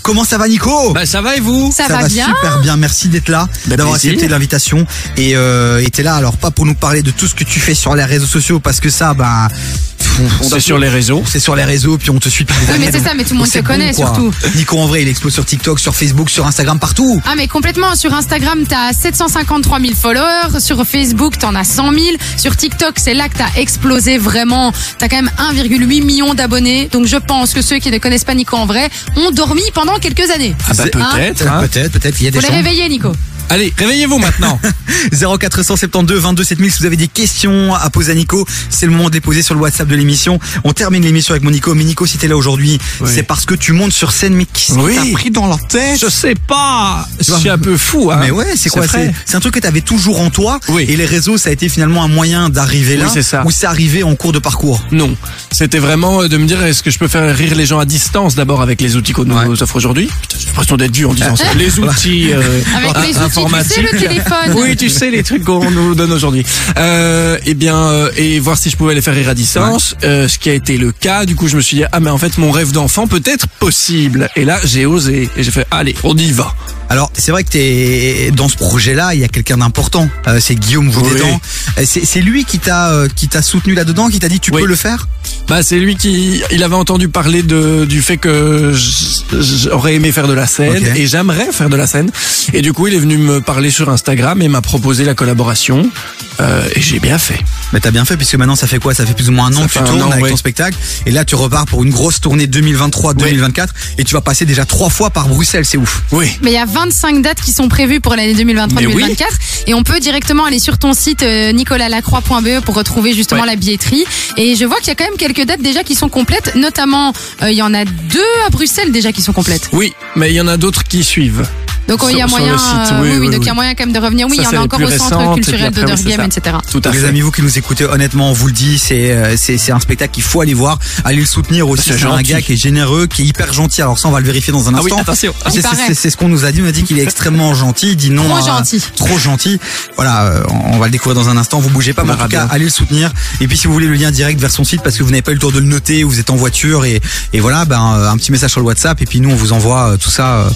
comment ça va Nico Bah ça va et vous Ça, va, bien super bien, merci d'être là, Bah, d'avoir plaisir. accepté l'invitation et euh, et t'es là alors pas pour nous parler de tout ce que tu fais sur les réseaux sociaux parce que ça bah on- on- C'est sur les réseaux. c'est sur les réseaux puis on te suit depuis des Oui, mais années, c'est ça, donc mais tout le monde on sait te connaît, quoi. surtout. Nico en vrai il explose sur TikTok, sur Facebook, sur Instagram, partout Ah mais complètement, sur Instagram t'as 753 000 followers, sur Facebook t'en as 100 000, sur TikTok c'est là que t'as explosé vraiment, t'as quand même 1,8 million d'abonnés, donc je pense que ceux qui ne connaissent pas Nico en vrai ont dormi pendant quelques années. Ah bah C'est- peut-être. hein. Peut-être, peut-être, il y a des Faut les gens. réveiller Nico. Allez, réveillez-vous maintenant. 0472 22 7000 si vous avez des questions à poser à Nico, c'est le moment de les poser sur le WhatsApp de l'émission. On termine l'émission avec mon Nico. Mais Nico, si t'es là aujourd'hui, Oui. c'est parce que tu montes sur scène, mais qu'est-ce Oui. que t'as pris dans la tête Je sais pas. Je suis un peu fou. Hein. mais ouais, c'est quoi vrai. C'est c'est un truc que t'avais toujours en toi. Oui. Et les réseaux, ça a été finalement un moyen d'arriver là. Oui, c'est ça. Ou c'est arrivé en cours de parcours. Non, c'était vraiment euh, de me dire est-ce que je peux faire rire les gens à distance d'abord avec les outils qu'on nous Ouais. offre aujourd'hui. Putain, J'ai l'impression d'être dû en disant ça. Les outils euh, Avec les outils, tu sais informatiques. le téléphone. Oui, tu sais les trucs qu'on nous donne aujourd'hui. Euh, eh bien, euh, et voir si je pouvais les faire rire à distance, euh, ce qui a été le cas. Du coup, je me suis dit ah mais en fait mon rêve d'enfant peut être possible. Et là, j'ai osé et j'ai fait allez, on y va. Alors, c'est vrai que t'es dans ce projet-là, il y a quelqu'un d'important. Euh, c'est Guillaume Vaudédan. Euh, C'est c'est lui qui t'a euh, qui t'a soutenu là-dedans, qui t'a dit tu Oui. peux le faire. Bah c'est lui qui il avait entendu parler de du fait que j- j'aurais aimé faire de la scène Ok. et j'aimerais faire de la scène et du coup il est venu me parler sur Instagram et m'a proposé la collaboration Euh, et j'ai bien fait. Mais Bah, t'as bien fait puisque maintenant ça fait quoi Ça fait plus ou moins un an Ça que tu fait un tournes an, avec ouais. ton spectacle et là tu repars pour une grosse tournée 2023-2024 et tu vas passer déjà trois fois par Bruxelles, c'est ouf. Oui. Mais il y a 25 dates qui sont prévues pour l'année 2023-2024. Mais oui. Et on peut directement aller sur ton site euh, nicolaslacroix.be pour retrouver justement Ouais. la billetterie. Et je vois qu'il y a quand même quelques dates déjà qui sont complètes. Notamment, euh, il y en a deux à Bruxelles déjà qui sont complètes. Oui, mais il y en a d'autres qui suivent. Donc euh, il y a Sur- sur moyen, le site, euh, oui, oui, oui, donc il y a oui. moyen quand même de revenir. Oui, Ça, il y en c'est a les encore plus au centre récentes, et puis culturel de après, oui, c'est Durghem, ça. etc. Tout à Les fait. amis, vous qui nous écoutez, honnêtement, on vous le dit, c'est euh, c'est c'est un spectacle qu'il faut aller voir, allez le soutenir aussi. C'est C'est un gentil. gars qui est généreux, qui est hyper gentil. Alors ça, on va le vérifier dans un Ah oui, instant. attention. C'est- Il c'est- paraît. c'est- C'est ce qu'on nous a dit. On a dit qu'il est extrêmement gentil. Il dit non. Trop à- gentil. Trop gentil. Voilà, euh, on on va le découvrir dans un instant. Vous bougez pas, mais en verra tout cas, bien. allez le soutenir. Et puis, si vous voulez le lien direct vers son site parce que vous n'avez pas eu le tour de le noter, ou vous êtes en voiture et, et voilà, ben, euh, un petit message sur le WhatsApp. Et puis, nous, on vous envoie euh, tout ça euh,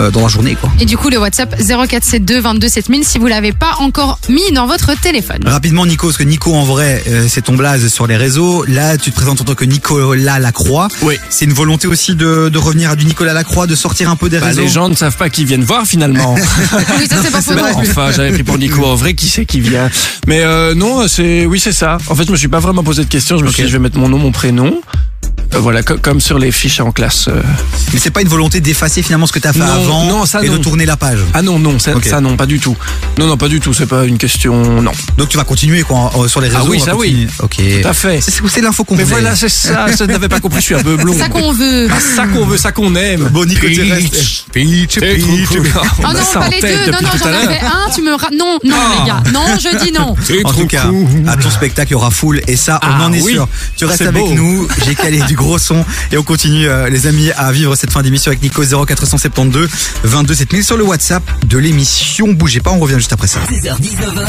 euh, dans la journée, quoi. Et du coup, le WhatsApp 0472 22 7000 si vous l'avez pas encore mis dans votre téléphone. Rapidement, Nico, parce que Nico, en vrai, euh, c'est ton blaze sur les réseaux. Là, tu te présentes en tant que Nicolas Lacroix. Oui. C'est une volonté aussi de, de revenir à du Nicolas Lacroix, de sortir un peu des Bah, réseaux. les gens ne savent pas qui viennent voir finalement. Oui, ça c'est pas faux. Bah, non. enfin, j'avais pris pour Nico en vrai, qui c'est qui vient. Mais euh, non, c'est oui, c'est ça. En fait, je me suis pas vraiment posé de questions. Je me suis Ok. dit, je vais mettre mon nom, mon prénom. Euh, voilà, co- comme sur les fiches en classe. euh. Mais c'est pas une volonté d'effacer finalement ce que t'as fait Non, avant non, ça, et de non. tourner la page. Ah non, non, ça, Ok. ça non, pas du tout. Non, non, pas du tout. C'est pas une question. Non, Donc tu vas continuer quoi en- en- sur les Ah réseaux. oui, on va ça continuer. Ok. tout à fait. C'est c'est l'info qu'on Mais voulait. voilà, c'est ça. Ça n'avais pas compris. Je suis un peu blond. C'est ça qu'on veut. Ah, ça qu'on veut, ça qu'on aime. Bon, Nico, tu restes. Peach. Peach, T'es peach, trop cool. peach. On Oh a non, ça en pas les tête deux. Non, depuis non, tout à j'en avais l'heure. un. Tu me ra... Non, non, Ah. les gars. Non, je dis non. T'es En trop tout cas, cool. à ton spectacle, il y aura full et ça, on Ah en est oui, sûr. Tu restes c'est avec beau. nous, j'ai calé du gros son et on continue, euh, les amis, à vivre cette fin d'émission avec Nico 0472 22 7000 sur le WhatsApp de l'émission. Bougez pas, on revient juste après ça. 16h19h.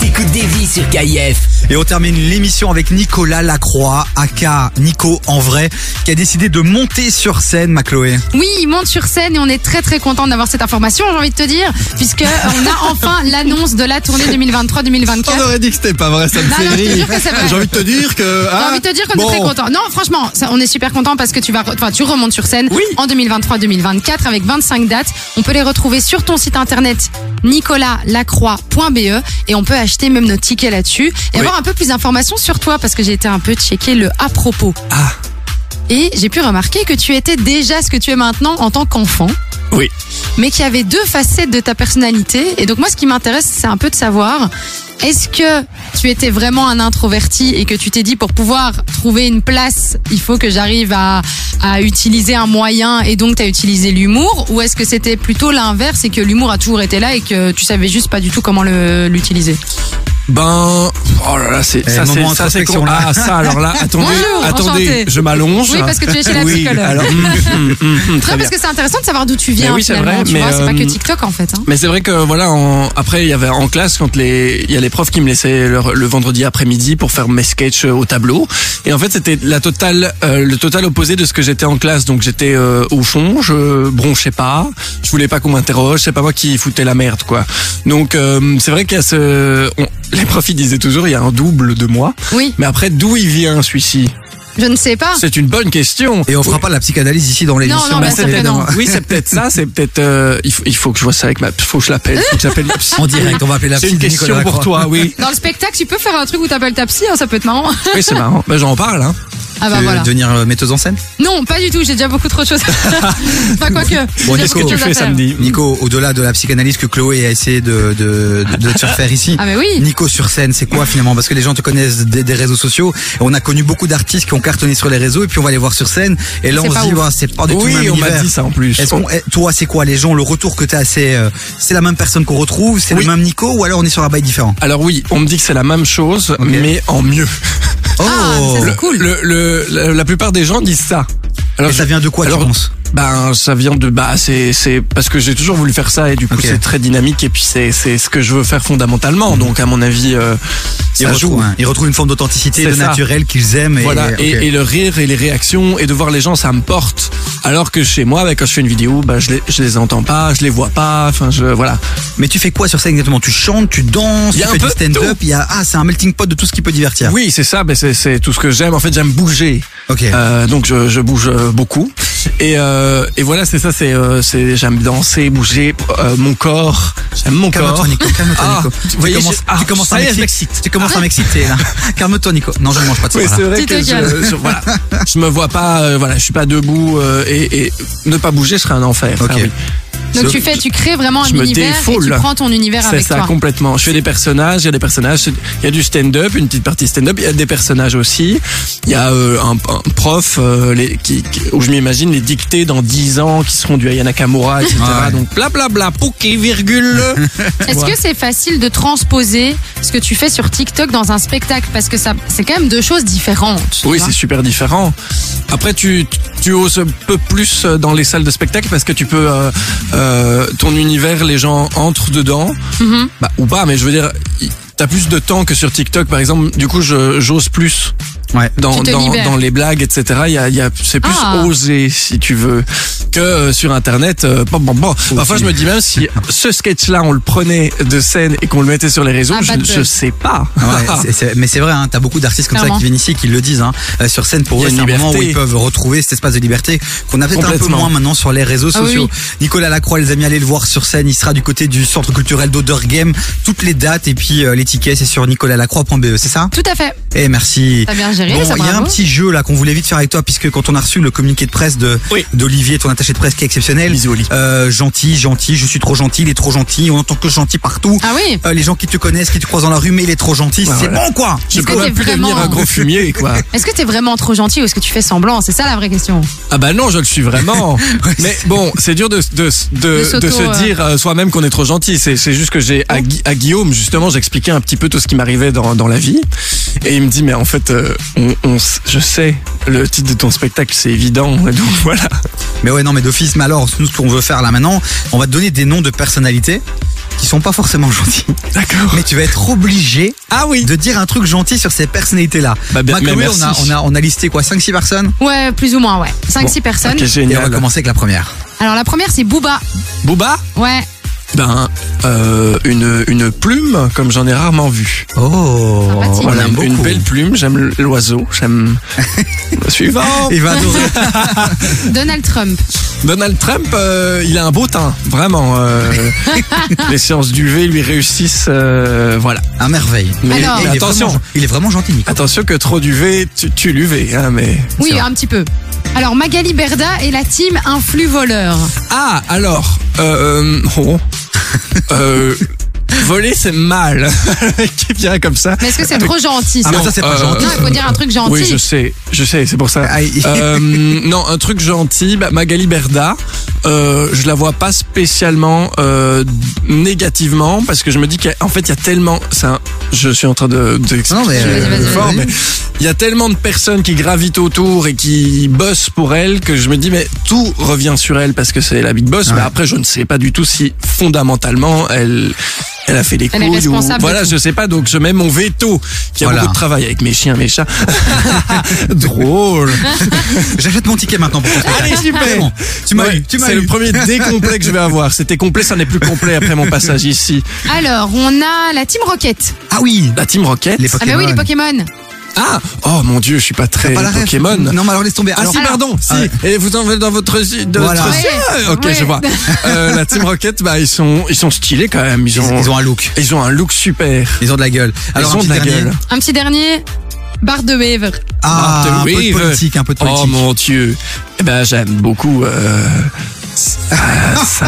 T'écoutes des vies sur KIF. Et on termine l'émission avec Nicolas Lacroix, aka Nico en vrai, qui a décidé de monter sur scène, ma Chloé. Oui, il monte sur scène et on est très très content d'avoir cette information, j'ai envie de te dire, puisque on a enfin l'annonce de la tournée 2023-2024. Oh, aurait dit que c'était pas vrai, ça me Non, Bah non, je te jure que c'est vrai. J'ai envie de te dire que. ah, J'ai Ah, envie de te dire qu'on est très content. Non, franchement, ça, on est super content parce que tu vas, re- enfin, tu remontes sur scène Oui. en 2023-2024 avec 25 dates. On peut les retrouver sur ton site internet nicolaslacroix.be E et on peut acheter même nos tickets là-dessus et avoir un peu plus d'informations sur toi parce que j'ai été un peu checker le à propos. Ah. Et j'ai pu remarquer que tu étais déjà ce que tu es maintenant en tant qu'enfant. Oui. Mais qu'il y avait deux facettes de ta personnalité. Et donc moi, ce qui m'intéresse, c'est un peu de savoir, est-ce que tu étais vraiment un introverti et que tu t'es dit pour pouvoir trouver une place, il faut que j'arrive à, à utiliser un moyen et donc tu as utilisé l'humour Ou est-ce que c'était plutôt l'inverse et que l'humour a toujours été là et que tu savais juste pas du tout comment le- l'utiliser Ben, Oh là là, c'est Eh, ça, c'est moment ça, c'est con. introspection, là. Ah ça, alors là, attendez, Bonjour, attendez, enchantée. je m'allonge. Oui, parce que tu es chez la Oui, psychologue. alors, hum, hum, hum, hum, Très très bien. parce que c'est intéressant de savoir d'où tu viens Mais oui, c'est finalement. vrai, tu mais, vois, c'est pas que euh, TikTok en fait. hein. Mais c'est vrai que voilà, en- après il y avait en classe quand les il y a les profs qui me laissaient leur- le vendredi après-midi pour faire mes sketchs euh, au tableau et en fait c'était la totale euh, le total opposé de ce que j'étais en classe donc j'étais euh, au fond, je bronchais pas, je voulais pas qu'on m'interroge, c'est pas moi qui foutais la merde quoi. Donc euh, c'est vrai qu'il y a ce on- les profs ils disaient toujours il y a un double de moi, Oui, mais après d'où il vient celui-ci je ne sais pas. C'est une bonne question. Et on fera pas de la psychanalyse ici dans l'émission. non, bien hein, sûr c'est- que non. Oui, c'est peut-être ça, c'est peut-être euh, il faut il faut que je vois ça avec ma faut que je l'appelle, faut que j'appelle ma psy. En direct, on va appeler la C'est psy une de Nicolas question pour Lacroix. toi, oui. Dans le spectacle, tu peux faire un truc où t'appelles ta psy, hein, ça peut être marrant. Oui, c'est marrant. Bah, j'en parle, hein. Ah bah Tu veux voilà. Devenir euh, metteuse en scène Non, pas du tout, j'ai déjà beaucoup trop de choses. enfin, quoi que. Bon, j'ai qu'est-ce beaucoup que de tu choses à faire. Nico, au-delà de la psychanalyse que Chloé a essayé de, de, de, de te faire faire ici, Ah mais oui. Nico sur scène, c'est quoi finalement Parce que les gens te connaissent des, des réseaux sociaux. Et on a connu beaucoup d'artistes qui ont cartonné sur les réseaux et puis on va les voir sur scène. Et là, C'est on pas se dit, ouf. bah, c'est pas du tout le Oui, même on m'a univers. dit ça en plus. Est-ce qu'on, eh, toi, c'est quoi les gens Le retour que t'as, c'est euh, c'est la même personne qu'on retrouve, c'est Oui. le même Nico, ou alors on est sur un bail différent Alors oui, on me dit que c'est la même chose, mais en mieux. Oh, Ah, mais Le- C'est cool. le- le- la, la plupart des gens disent ça. Alors, et ça vient de quoi alors- tu penses ben, ça vient de bah, c'est, c'est parce que j'ai toujours voulu faire ça et du coup Ok. Mm. c'est très dynamique et puis c'est, c'est ce que je veux faire fondamentalement. Donc à mon avis, euh, Ils ça joue. retrouvent, hein, ils retrouvent une forme d'authenticité, C'est de ça. naturel qu'ils aiment. Et, Voilà, et, ok. et le rire et les réactions et de voir les gens, ça me porte. Alors que chez moi, bah, quand je fais une vidéo, bah, je, les, je les entends pas, je les vois pas. Enfin, je voilà. Mais tu fais quoi sur scène exactement Tu chantes, tu danses, Il y tu a un fais du peu de stand-up. Il y a ah, c'est un melting pot de tout ce qui peut divertir. Oui, c'est ça. Ben c'est, c'est tout ce que j'aime. En fait, j'aime bouger. Ok. Euh, donc je, je bouge euh, beaucoup et, euh, et voilà c'est ça c'est euh, c'est j'aime danser bouger euh, mon corps j'aime mon corps Calme-toi Nico, calme-toi Ah, Nico. vous voyez, commences, j'ai- ah, tu commences à ça y est, je Ah. m'exciter. Tu commences à m'exciter là. Calme-toi Nico. Non, je ne mange pas de ça. Oui, c'est voilà. vrai Tu te que je, calmes. je- voilà, je me vois pas, euh, voilà, je suis pas debout euh, et, et ne pas bouger serait un enfer. Ok. Ah oui. Donc Je- tu fais, tu crées vraiment un je me univers et tu défoule. prends ton univers C'est avec ça toi. complètement. Je fais des personnages, il y a des personnages, c'est- il y a du stand-up, une petite partie stand-up, il y a des personnages aussi. Il y a euh, un, un prof euh, les, qui, qui- où je m'imagine les dictées dans 10 ans qui seront du Ayana Kamura, etc. Ouais. Donc bla bla bla, poké, virgule. Est-ce Ouais. que c'est facile de transposer ce que tu fais sur TikTok dans un spectacle parce que ça, c'est quand même deux choses différentes. tu Oui, vois. c'est super différent. Après, tu, tu oses un peu plus dans les salles de spectacle parce que tu peux. euh, euh, ton univers, les gens entrent dedans. Mhm. Bah, ou pas, mais je veux dire, y- t'as plus de temps que sur TikTok, par exemple. Du coup, je- j'ose plus. Ouais. Dans, Tu te dans, libères. dans les blagues, etc. Il y a, il y a, c'est plus Ah. osé, si tu veux, que euh, sur Internet. euh, bon, bon, bon. Parfois, je me dis même si ce sketch-là, on le prenait de scène et qu'on le mettait sur les réseaux, Un je, battle. je sais pas. Ouais, c'est- c'est- mais c'est vrai, hein, t'as beaucoup d'artistes comme ça Clairement. qui viennent ici, qui le disent hein, euh, sur scène. Pour Il y a eux, une c'est un moment où liberté. ils peuvent retrouver cet espace de liberté qu'on a peut-être un peu Complètement. moins maintenant sur les réseaux Ah oui, sociaux. Nicolas Lacroix, les amis, allez le voir sur scène. Il sera du côté du centre culturel d'Odor Game. Toutes les dates et puis euh, les tickets, c'est sur nicolalacroix.be, c'est ça Tout à fait. Eh merci. T'as bien géré, Bon, ça il y a un bravo. petit jeu là qu'on voulait vite faire avec toi puisque quand on a reçu le communiqué de presse de Oui. d'Olivier, ton attaché de presse qui est exceptionnel. Bisous, Oli. Euh, gentil, gentil, je suis trop gentil, il est trop gentil, on entend que gentil partout. Ah oui. Euh, les gens qui te connaissent, qui te croisent dans la rue, mais il est trop gentil, Ouais, c'est Ah, voilà. bon quoi Je Est-ce que pourrais t'es plus devenir vraiment- un gros fumier, quoi. Est-ce que t'es vraiment trop gentil ou est-ce que tu fais semblant C'est ça la vraie question. Ah bah non, je le suis vraiment. mais bon, c'est dur de, de, De de, s'auto, de se euh, dire euh, soi-même qu'on est trop gentil. C'est c'est juste que j'ai à, Gui- à Guillaume justement, j'expliquais un petit peu tout ce qui m'arrivait dans, dans la vie, et il me dit mais en fait, euh, on, on s- je sais le titre de ton spectacle, c'est évident. Et donc voilà. Mais ouais, non, mais d'office, mais alors, nous, ce qu'on veut faire là maintenant, on va te donner des noms de personnalités qui sont pas forcément gentils. D'accord. Mais tu vas être obligé Ah oui. de dire un truc gentil sur ces personnalités-là. Bah, bien- Macron, mais on, a, merci. on, a, on a listé quoi 5-6 personnes Ouais, plus ou moins, ouais. 5 Bon, six personnes. Ok Et on va génial. commencer avec la première. Alors la première c'est Booba. Booba Ouais. Ben euh, une une plume comme j'en ai rarement vu. Oh, Sympathique. on Voilà, l'aime une, une beaucoup. belle plume. J'aime l'oiseau. J'aime. Suivant. Il va adorer. Donald Trump. Donald Trump, euh, il a un beau teint, vraiment. euh, les séances du V lui réussissent, euh, voilà. À merveille. Mais, Alors- Et mais il est attention, vraiment- il est vraiment gentil, Nico. Ah, attention que trop du V, tu, tu l'UV, hein, mais. c'est Oui, vrai. un petit peu. Alors Magali Berda et la team Influx Voleur. Ah, alors, euh, oh, euh, voler c'est mal. Qui vient comme ça Mais est-ce que c'est trop gentil ça Ah, mais ça, c'est pas gentil. euh, Non, il faut dire un truc gentil. Oui, je sais, je sais, c'est pour ça. Aïe. Euh, non, un truc gentil, bah, Magali Berda, euh, je la vois pas spécialement euh, négativement parce que je me dis qu'en fait il y a tellement ça je suis en train de, de Non, mais, euh, expliquer Vas-y, vas-y, fort, vas-y. mais il y a tellement de personnes qui gravitent autour et qui bossent pour elle que je me dis mais tout revient sur elle parce que c'est la big boss mais après je ne sais pas du tout si fondamentalement elle elle a fait les Elle est couilles ou responsable de voilà tout. Ah, je sais pas donc je mets mon veto qui a Voilà. beaucoup de travail avec mes chiens mes chats drôle J'achète mon ticket maintenant pour ton spectacle. Allez, super. C'est bon. Tu m'as Ouais, eu, tu m'as C'est eu. le premier décomplet que je vais avoir. C'était complet, ça n'est plus complet après mon passage ici. Alors, on a la Team Rocket. Ah oui. La Team Rocket. Les Ah bah oui, les Pokémon. Pokémon. Ah Oh mon dieu, je suis pas très T'as pas la ref Pokémon. Non, mais alors laisse tomber. Ah Alors- si, pardon, si. Ah ouais. Et vous en dans votre dans Voilà. votre Ouais. Ah, Ok, Ouais. je vois. Euh, la Team Rocket, bah ils sont ils sont stylés quand même. Ils Ils, ont ils ont un look. ils ont un look super. Ils ont de la gueule. Ils un ont petit de la dernier. gueule. Un petit dernier. Barre de Weaver. Ah, Marthe un peu de Weaver. politique, un peu de politique. Oh mon dieu. Eh ben j'aime beaucoup. euh, ça- ça,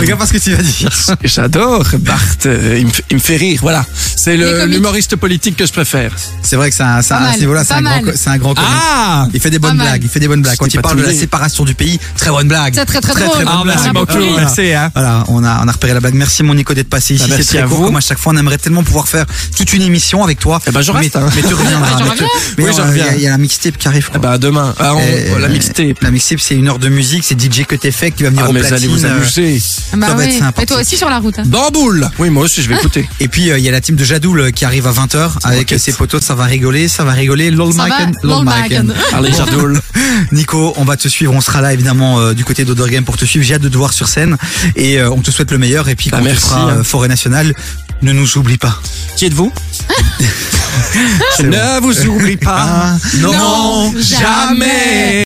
Regarde pas ce que tu vas dire. J'adore Bart, euh, il, me, fait- il me fait rire, voilà. C'est Il est le- comique. l'humoriste politique que je préfère. C'est vrai que c'est un, c'est un, Pas à mal, ce niveau-là, c'est pas un grand, mal. co- c'est un grand comique. Ah Il fait des bonnes mal. blagues, il fait des bonnes blagues. Quand C'était il pas parle de la trouvé. séparation du pays, très bonne blague. C'est très, très très, drôle. très bonne Ah, blague. bah, bah, merci beaucoup, Voilà. merci, hein. Voilà, on a, on a repéré la blague. Merci mon Nico d'être passé ici. Bah, c'est merci très à court, vous. comme à chaque fois. On aimerait tellement pouvoir faire toute une émission avec toi. Eh ben, je reste, mais, hein. mais tu reviendras. Je mais tu- reviens. mais Oui, je on- il y a- reviens. Il y, a la mixtape qui arrive. Eh quoi. ben, à demain, Ah, on- Euh, la mixtape. La mixtape, c'est une heure de musique, c'est DJ que t'es fait qui va venir Ah, au mais platine. allez vous euh, amuser. Bah va être oui. Et sympathique. toi aussi sur la route. hein. Bamboule Oui, moi aussi, je vais écouter. Et puis euh, il y a la team de Jadoul euh, qui arrive à 20h avec Rocket. ses potos, ça va rigoler, ça va rigoler. Lol Ça va, Maken, lol lol Maken. Maken. Allez, Jardoul. Nico, on va te suivre, on sera là évidemment euh, du côté d'Odor Game pour te suivre, j'ai hâte de te voir sur scène et euh, on te souhaite le meilleur et puis Bah, quand merci, tu feras euh, hein. Forêt Nationale, ne nous oublie pas. Qui êtes-vous Ne vous oublie pas. Ah, Non, jamais.